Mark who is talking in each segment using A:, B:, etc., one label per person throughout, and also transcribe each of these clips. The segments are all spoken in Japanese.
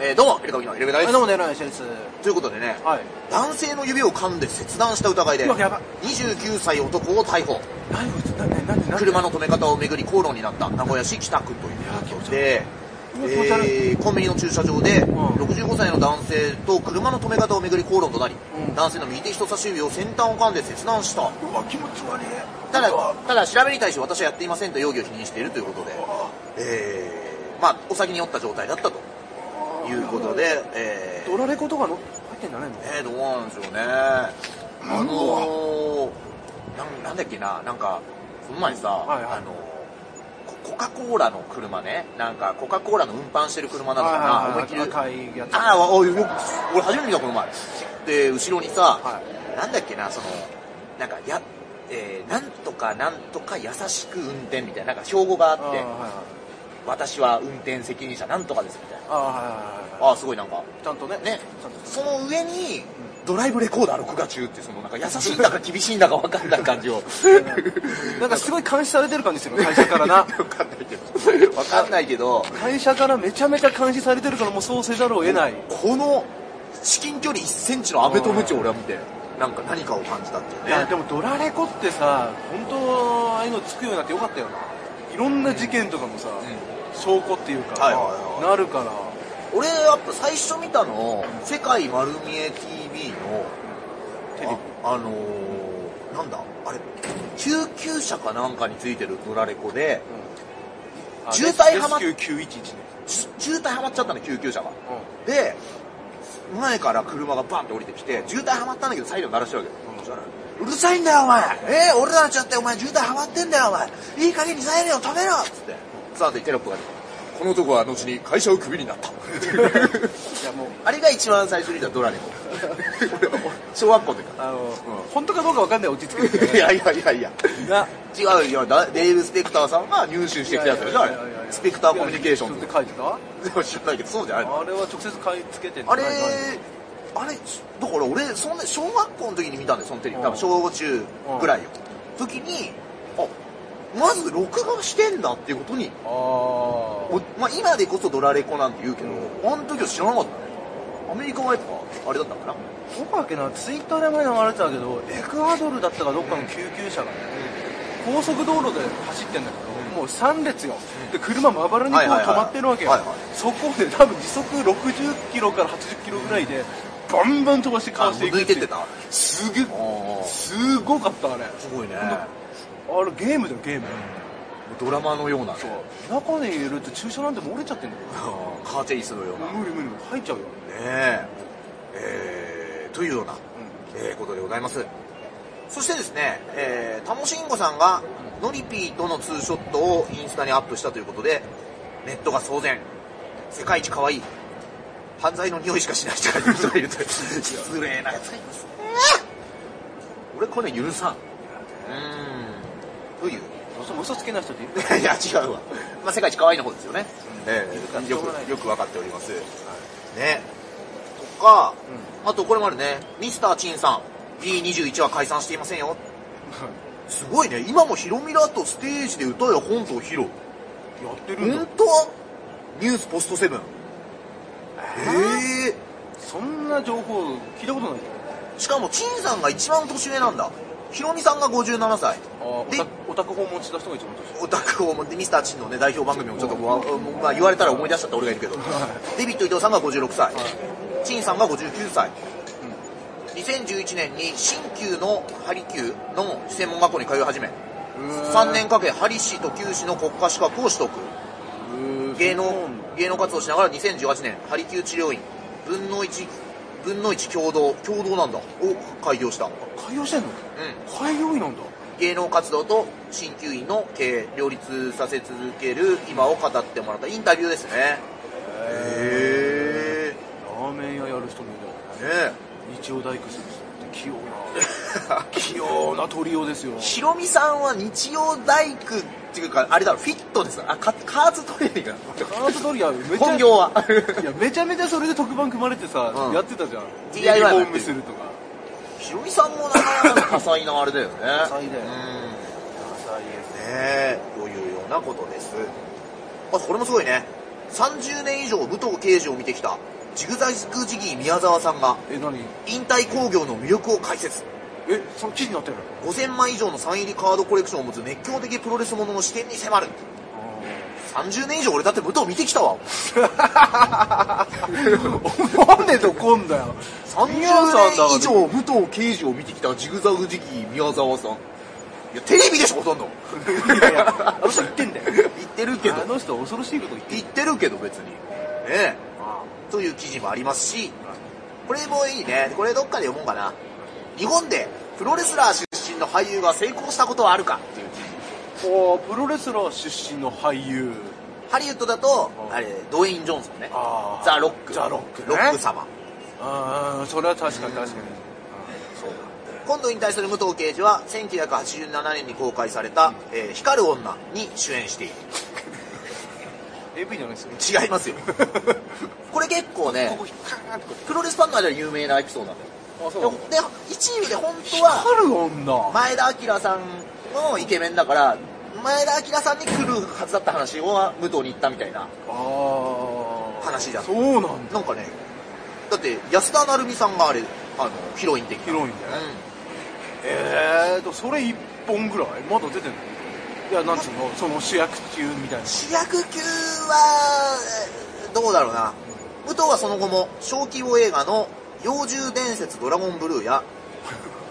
A: えー、どうも、エルカブキのエルベダ
B: は
A: で
B: い、
A: す。
B: どうも、ねるないしです。
A: ということでね、
B: はい。
A: 男性の指を噛んで切断した疑いで、
B: うわやば
A: 29歳男を逮捕。
B: 何こいつ、何、何、何、何
A: 車の止め方をめぐり口論になった名古屋市北区ということで、
B: うわ気持ち悪い
A: えーコンビニの駐車場で、
B: ん
A: 65歳の男性と車の止め方をめぐり口論となり、
B: うん
A: 男性の右手人差し指を先端を噛んで切断した。
B: うわ、気持ち悪い。
A: ただ、ただ調べに対して私はやっていませんと容疑を否認しているということで、えー、まあ、お酒に酔った状態だったということで、えー
B: ドラレコとかの入ってんじゃないの
A: えー、どうなんでしょうね。あのー、なんなんだっけな、なんか、この前さ、
B: はいはい
A: あのーココカ・コーラの車ね、なんかコカ・コーラの運搬してる車なのかな、思いっきり。あ
B: 赤いやつ。
A: あー、わおいよく俺初めて見た、この前。で、後ろにさ、
B: は
A: なんだっけな、その、なんか、や、えー、なんとかなんとか優しく運転みたいな、なんか標語があ
B: あー
A: っ
B: はい
A: て
B: はい、はい。
A: 私は運転責任者なんとかですみたいな。
B: あーはいはいは
A: ああ、すごいなんか、
B: い。ちゃんとね。
A: ね
B: ちゃんと。
A: その上に、ドライブレコーダー録画中って、そのなんか優しいんだか厳しいんだか分かんない感 じを。
B: なんかすごい監視されてる感じするよ、会社からな。
A: 分かんないけど。分かんないけど、
B: 会社からめちゃめちゃ監視されてるからもうそうせざるを得ない。
A: この至近距離1センチのアベトムチを俺は見て、なんか何かを感じたっていう
B: いや、で
A: ね。
B: もドラレコってさ、本当ああいうのつくようになってよかったよな。いろんな事件とかもさ、証拠っていうか、
A: はいはいはい
B: なるから。
A: 俺、やっぱ最初見たの、世界丸見え TV の、
B: テレビ。
A: ああのー、なんだ、あれ、救急車かなんかについてるドラレコで、
B: あ
A: 渋滞はまっ
B: レスキュー911ね。
A: じ渋滞はまっちゃったの、救急車が。
B: うん。
A: で前から車がバンって降りてきて渋滞はまったんだけどサイド鳴らしてるわけ、
B: うん
A: そしたらうるさいんだよお前えー、俺らのちゃってお前渋滞はまってんだよお前いい加減にサイレンを止めろっつってさあでテロップが出てこの男は後に会社をクビにな った
B: いやもう、
A: あれが一番最初に見たドラレコ小学校の時か
B: あの、本当かどうかわかんない落ち 着けて
A: らいやいやいやいや
B: な。
A: 違うよだデーブ・スペクターさんが入手してきたやつでしょあれ
B: いやいやいやいや
A: スペクターコミュニケーション
B: っ
A: って
B: て書いてた
A: でも知らないけどそうじゃないの
B: あれは直接買い付けてんじゃ
A: あれ
B: ないの
A: あれだから俺そんな小学校の時に見たんだよそのテレビ
B: うん
A: 多分小中ぐらいよ時にあまず録画してんだっていうことに
B: あー
A: おまあ、今でこそドラレコなんて言うけど、あの時は知らなかったねアメリカはやっぱあれだったかな
B: 僕だっけなツイッターで前流れてたけどエクアドルだったかどっかの救急車がね高速道路で走ってんだけど、もう3列よ、で車まばらにこう
A: はいはいはい
B: 止まってるわけよ、
A: はいはい
B: そこで多分時速60キロから80キロぐらいでバンバン飛ばしてかわしていく
A: 抜いてってた
B: すげえ
A: す
B: すごかったあれ
A: ごいね
B: あれゲームだよゲーム、
A: ドラマのようなね
B: そう中でいると駐車なんて漏れちゃってんだよ
A: うんカーチェイスのようなね
B: 無理無理無理入っちゃうよ、
A: ええーというようなえー、ことでございます。そしてですね、えー、タモシンゴさんが、ノリピーとのツーショットをインスタにアップしたということで、ネットが騒然。世界一可愛い。犯罪の匂いしかしない人がいる人がいると。失礼なやつがいますね。俺これ許さん。うーん。という。
B: どうしても嘘つけない人っている
A: いや、違うわ。まあ、世界一可愛いの方ですよね。ええよ
B: しょうがない
A: く、よくわかっております。ね。とか、あとこれもあるね、ミスターチンさん、B21 は解散していませんよ。すごいね、今もヒロミラとステージで歌や本と披露。
B: やってるんだ、
A: 本当ニュースポストセブン。ええ
B: そんな情報聞いたことないよ
A: しかもチンさんが一番年上なんだ。ヒロミさんが57歳。
B: あーオ
A: で
B: タオタク訪問した人が一番年
A: オタクを持ってミスターチンのね代表番組もちょっともう、まあ、言われたら思い出しちゃった俺がいるけど、デビッド伊藤さんが56歳、チンさんが59歳、2011年に新旧のハリ級の専門学校に通い始め3年かけハリ市と旧市の国家資格を取得芸能芸能活動しながら2018年ハリ級治療院分の1分の1共同共同なんだを開業した、うん、
B: 開業してんの開業医なんだ
A: 芸能活動と鍼灸院の経営両立させ続ける今を語ってもらったインタビューですねへ
B: ラーメン屋やる人もいる
A: え ね
B: 日曜大工する人って器用
A: え
B: な器用なトリオですよ
A: ひろみさんは日曜大工っていうかあれだろフィットですあカカーツトレーニングだ
B: カートトリアめちゃ
A: 本業は
B: いやめちゃめちゃそれで特番組まれてさ、
A: うん
B: やってたじゃん
A: DIY
B: リフォームするとか
A: ひろみさんもなかなか多彩なあれだよね
B: 多彩だ
A: うんね
B: よダサいです
A: えというようなことですあこれもすごいね30年以上武藤刑事を見てきたジグザグジギー宮沢さんが
B: え何
A: 引退工業の魅力を解説
B: えその記事になって る
A: 5000枚以上のサイン入りカードコレクションを持つ熱狂的プロレスものの視点に迫る30年以上俺だって武藤見てきたわ
B: なんで怒んだよ
A: 30年
B: 宮沢さん
A: 以上武藤刑事を見てきたジグザグジギー宮沢さんいやテレビでしょほとんど
B: いやいやあの人言ってんだよ
A: 言ってるけど
B: あの人恐ろしいこと言って
A: 言ってるけど別にねえという記事もありますしこれもいいねこれどっかで読もうかな日本でプロレスラー出身の俳優が成功したことはあるかっていう記事
B: おプロレスラー出身の俳優
A: ハリウッドだと
B: う、ん
A: あれ、ドウェイン・ジョンソンね。
B: あー
A: ザ・ロック。
B: ザロック
A: ロ
B: ね
A: ック様。
B: ああそれは確かに確かに
A: そう今度引退する武藤刑事は、1987年に公開された、えー光る女に主演している。
B: AV じゃない ですか
A: 違いますよ。これ結構ね、
B: こカーンってこ
A: プロレスファンの間では有名なエピソードなんだよ。
B: うあ
A: で
B: そう
A: で、1位で本当は、
B: 光る女
A: 前田明さんのイケメンだから、前田明さんに来るはずだった話を武藤に言ったみたいな。
B: ああ
A: 話だ
B: そうなんだ
A: なんかね、だって安田成美さんがあれ、あの、ヒロイン的な。
B: ヒロインだよねええとそれ1本ぐらいまだ出てんのいやなんつうのその主役級みたいな
A: 主役級は、えーどうだろうな。武藤はその後も、小規模映画の、幼獣伝説ドラゴンブルーや、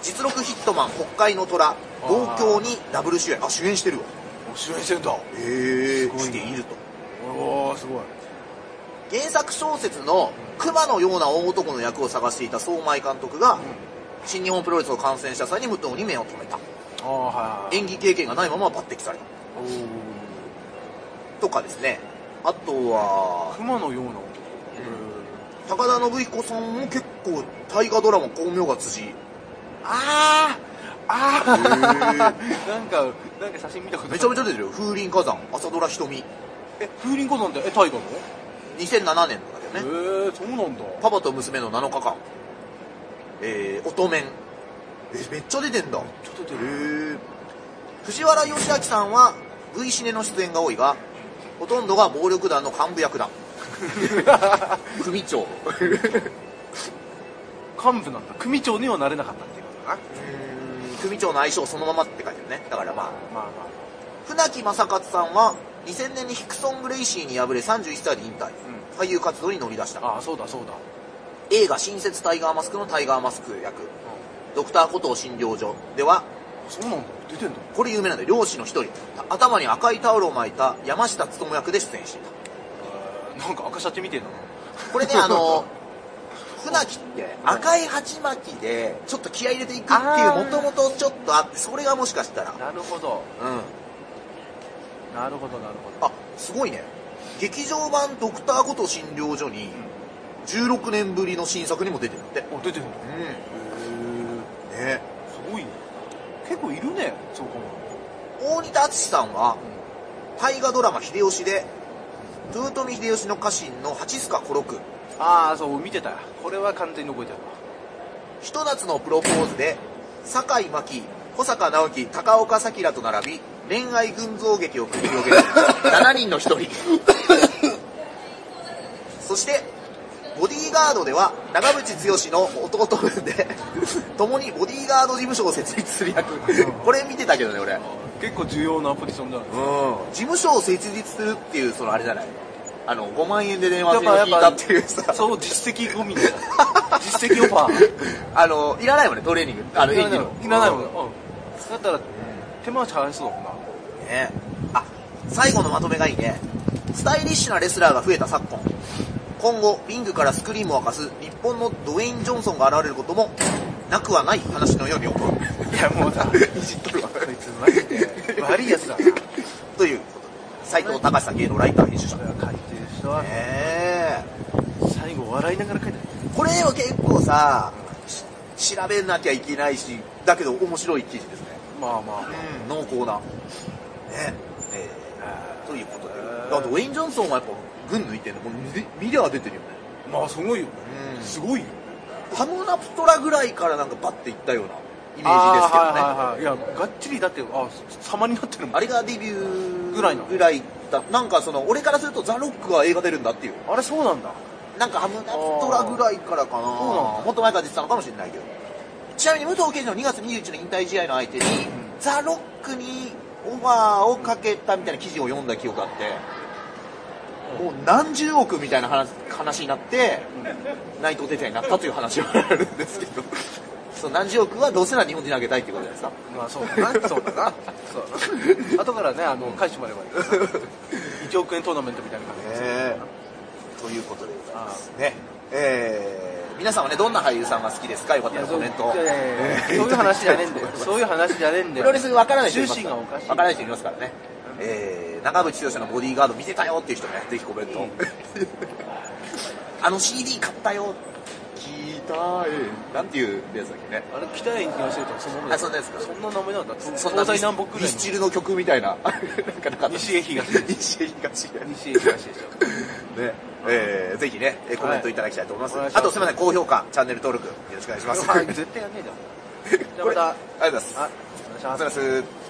A: 実録ヒットマン北海の虎、東京にダブル主演。あ、主演してるわ。
B: お主演してんだ
A: へえ
B: ごいな
A: していると。
B: おおすごい
A: 原作小説の、熊のような大男の役を探していた相米監督が、新日本プロレスを観戦した際に武藤に目を留めた。
B: ああはいはい
A: 演技経験がないまま抜擢された。
B: お
A: とかですね。あとは
B: お、熊のような
A: 高田信彦さんも結構大河ドラマ「光明が辻
B: ああああ
A: へー
B: なんかなんか写真見たこ」と
A: めちゃめちゃ出てるよ「風林火山」「朝ドラ瞳
B: え風林火山ってえ大河の」
A: 2007年のだけどね
B: へえそうなんだ
A: 「パパと娘の7日間」えー「乙女」えめっちゃ出てんだへ
B: ちょっと出てる
A: え藤原義明さんは V シネの出演が多いがほとんどが暴力団の幹部役 だ組長
B: 幹部なんだ組長にはなれなかったっていうことかな
A: 組長の相性そのままって書いてるねだからまあ
B: まあまあ
A: 船木正勝さんは2000年にヒクソン・グレイシーに敗れ31歳で引退、俳優活動に乗り出した
B: ああそうだそうだ
A: 映画「新設タイガーマスク」のタイガーマスク役ドクターコトー診療所では
B: そうなんだ出てんだ
A: これ有名なんだよ漁師の一人頭に赤いタオルを巻いた山下勉役で出演していた
B: なんか赤シャチみてえだな
A: これねあ の船木って赤い鉢巻きでちょっと気合い入れていくっていう
B: あ
A: も
B: ー
A: ともとちょっとあってそれがもしかしたら
B: なるほど
A: うん
B: なるほどなるほど
A: あすごいね劇場版「ドクターコトー診療所」に16年ぶりの新作にも出てるって
B: あ出てるんだ
A: う
B: へ
A: ん
B: え
A: ね
B: すごいね結構いるねそうかも
A: 大仁田淳さんは大河ドラマ「秀吉」で豊臣秀吉の家臣の八須賀五六
B: ああそう見てたよこれは完全に覚えてるわ
A: ひと夏のプロポーズで酒井真紀保坂直樹高岡早紀らと並び恋愛群像劇を繰り広げる7人の一人そしてボディーガードでは長渕剛の弟分で共にボディーガード事務所を設立する役これ見てたけどね俺
B: 結構重要なポジションだな
A: 事務所を設立するっていうそのあれじゃないあの5万円で電話
B: やっ
A: を
B: ぱやっ
A: 聞いた
B: ぱ
A: っていうさ
B: その実績込みの実績オファー
A: あのいらないもんねトレーニングあの演技の
B: いらないもんねうんだったら手間ちゃいそうだもんな
A: ねあ、最後のまとめがいいね。スタイリッシュなレスラーが増えた昨今。今後、リングからスクリーンを明かす日本のドウェイン・ジョンソンが現れることも、なくはない話のように思う。
B: いやもうさ
A: いじっとるわ。
B: こいつマジで悪いやつだな
A: ということで、斎藤隆さん芸能ライター編集者。
B: こ
A: ね
B: れは書いてる人は
A: え
B: 最後笑いながら書いてる
A: これは結構さ、し調べなきゃいけないし、だけど面白い記事ですね。
B: まあまあ
A: うん、濃厚な。ねえーということで。だってドウェイン・ジョンソンはやっぱ、群抜いてんの。もう見りゃ出てるよね。
B: まあすごいよね
A: うん
B: すごいよ
A: ハムナプトラぐらいからなんかバッていったようなイ
B: イ
A: メージですけどね。あ,、
B: はいはいはいいやがっちりだってあ様になってるもん
A: れがデビュー
B: ぐらいの
A: ぐらいったなんかその俺からするとザ・ロックは映画出るんだっていう
B: あれそうなんだ
A: なんかハムナプトラぐらいからかな
B: そうなんだ
A: もっと前から出てたのかもしれないけどちなみに武藤敬司の2月21の引退試合の相手に、ザ・ロックにオファーをかけたみたいな記事を読んだ記憶があってもう何十億みたいな話話になって、内藤哲也になったという話はあるんですけど そう何十億はどうせなら日本人にあげたいっていうことじゃないですか
B: まあそうだなそうだなそうだな後からねあの返してもらえばいいからさ1億円トーナメントみたいな感じで
A: ねということでございますね。えー、皆さんはね、どんな俳優さんが好きですかよかっ
B: い
A: た
B: や
A: ら
B: そ
A: コ
B: うい
A: メントを。
B: やいやいやそういう話じゃねえんだよそういう話じゃねえんだ
A: プ
B: よ
A: ロレス分からない人い
B: 重
A: ます
B: 心がおかしい
A: 分からない人いますからね。えー、長渕剛のボディーガード見てたよっていう人ね、ぜひコメントを。 あの CD 買ったよ。聞いたえ。なんていうやつだっけね。
B: あれ北谷に東出とかそのもの
A: あそうですか
B: そんな名前なんだ
A: そん
B: 東
A: な
B: 西南北ぐら
A: ミ
B: い
A: スチルの曲みたいな。 なんかなかった
B: 西へ東
A: 西へ東へ。
B: 西へ東でしょ
A: ね、えー、ぜひね、えーコメントいただきたいと思います。
B: はいお願いします
A: あとすみません、高評価、チャンネル登録、よろしくお願いします。
B: 絶対やんねえじゃんじゃ あまた
A: これありがとうございます。
B: あお願いします
A: お疲れ様です。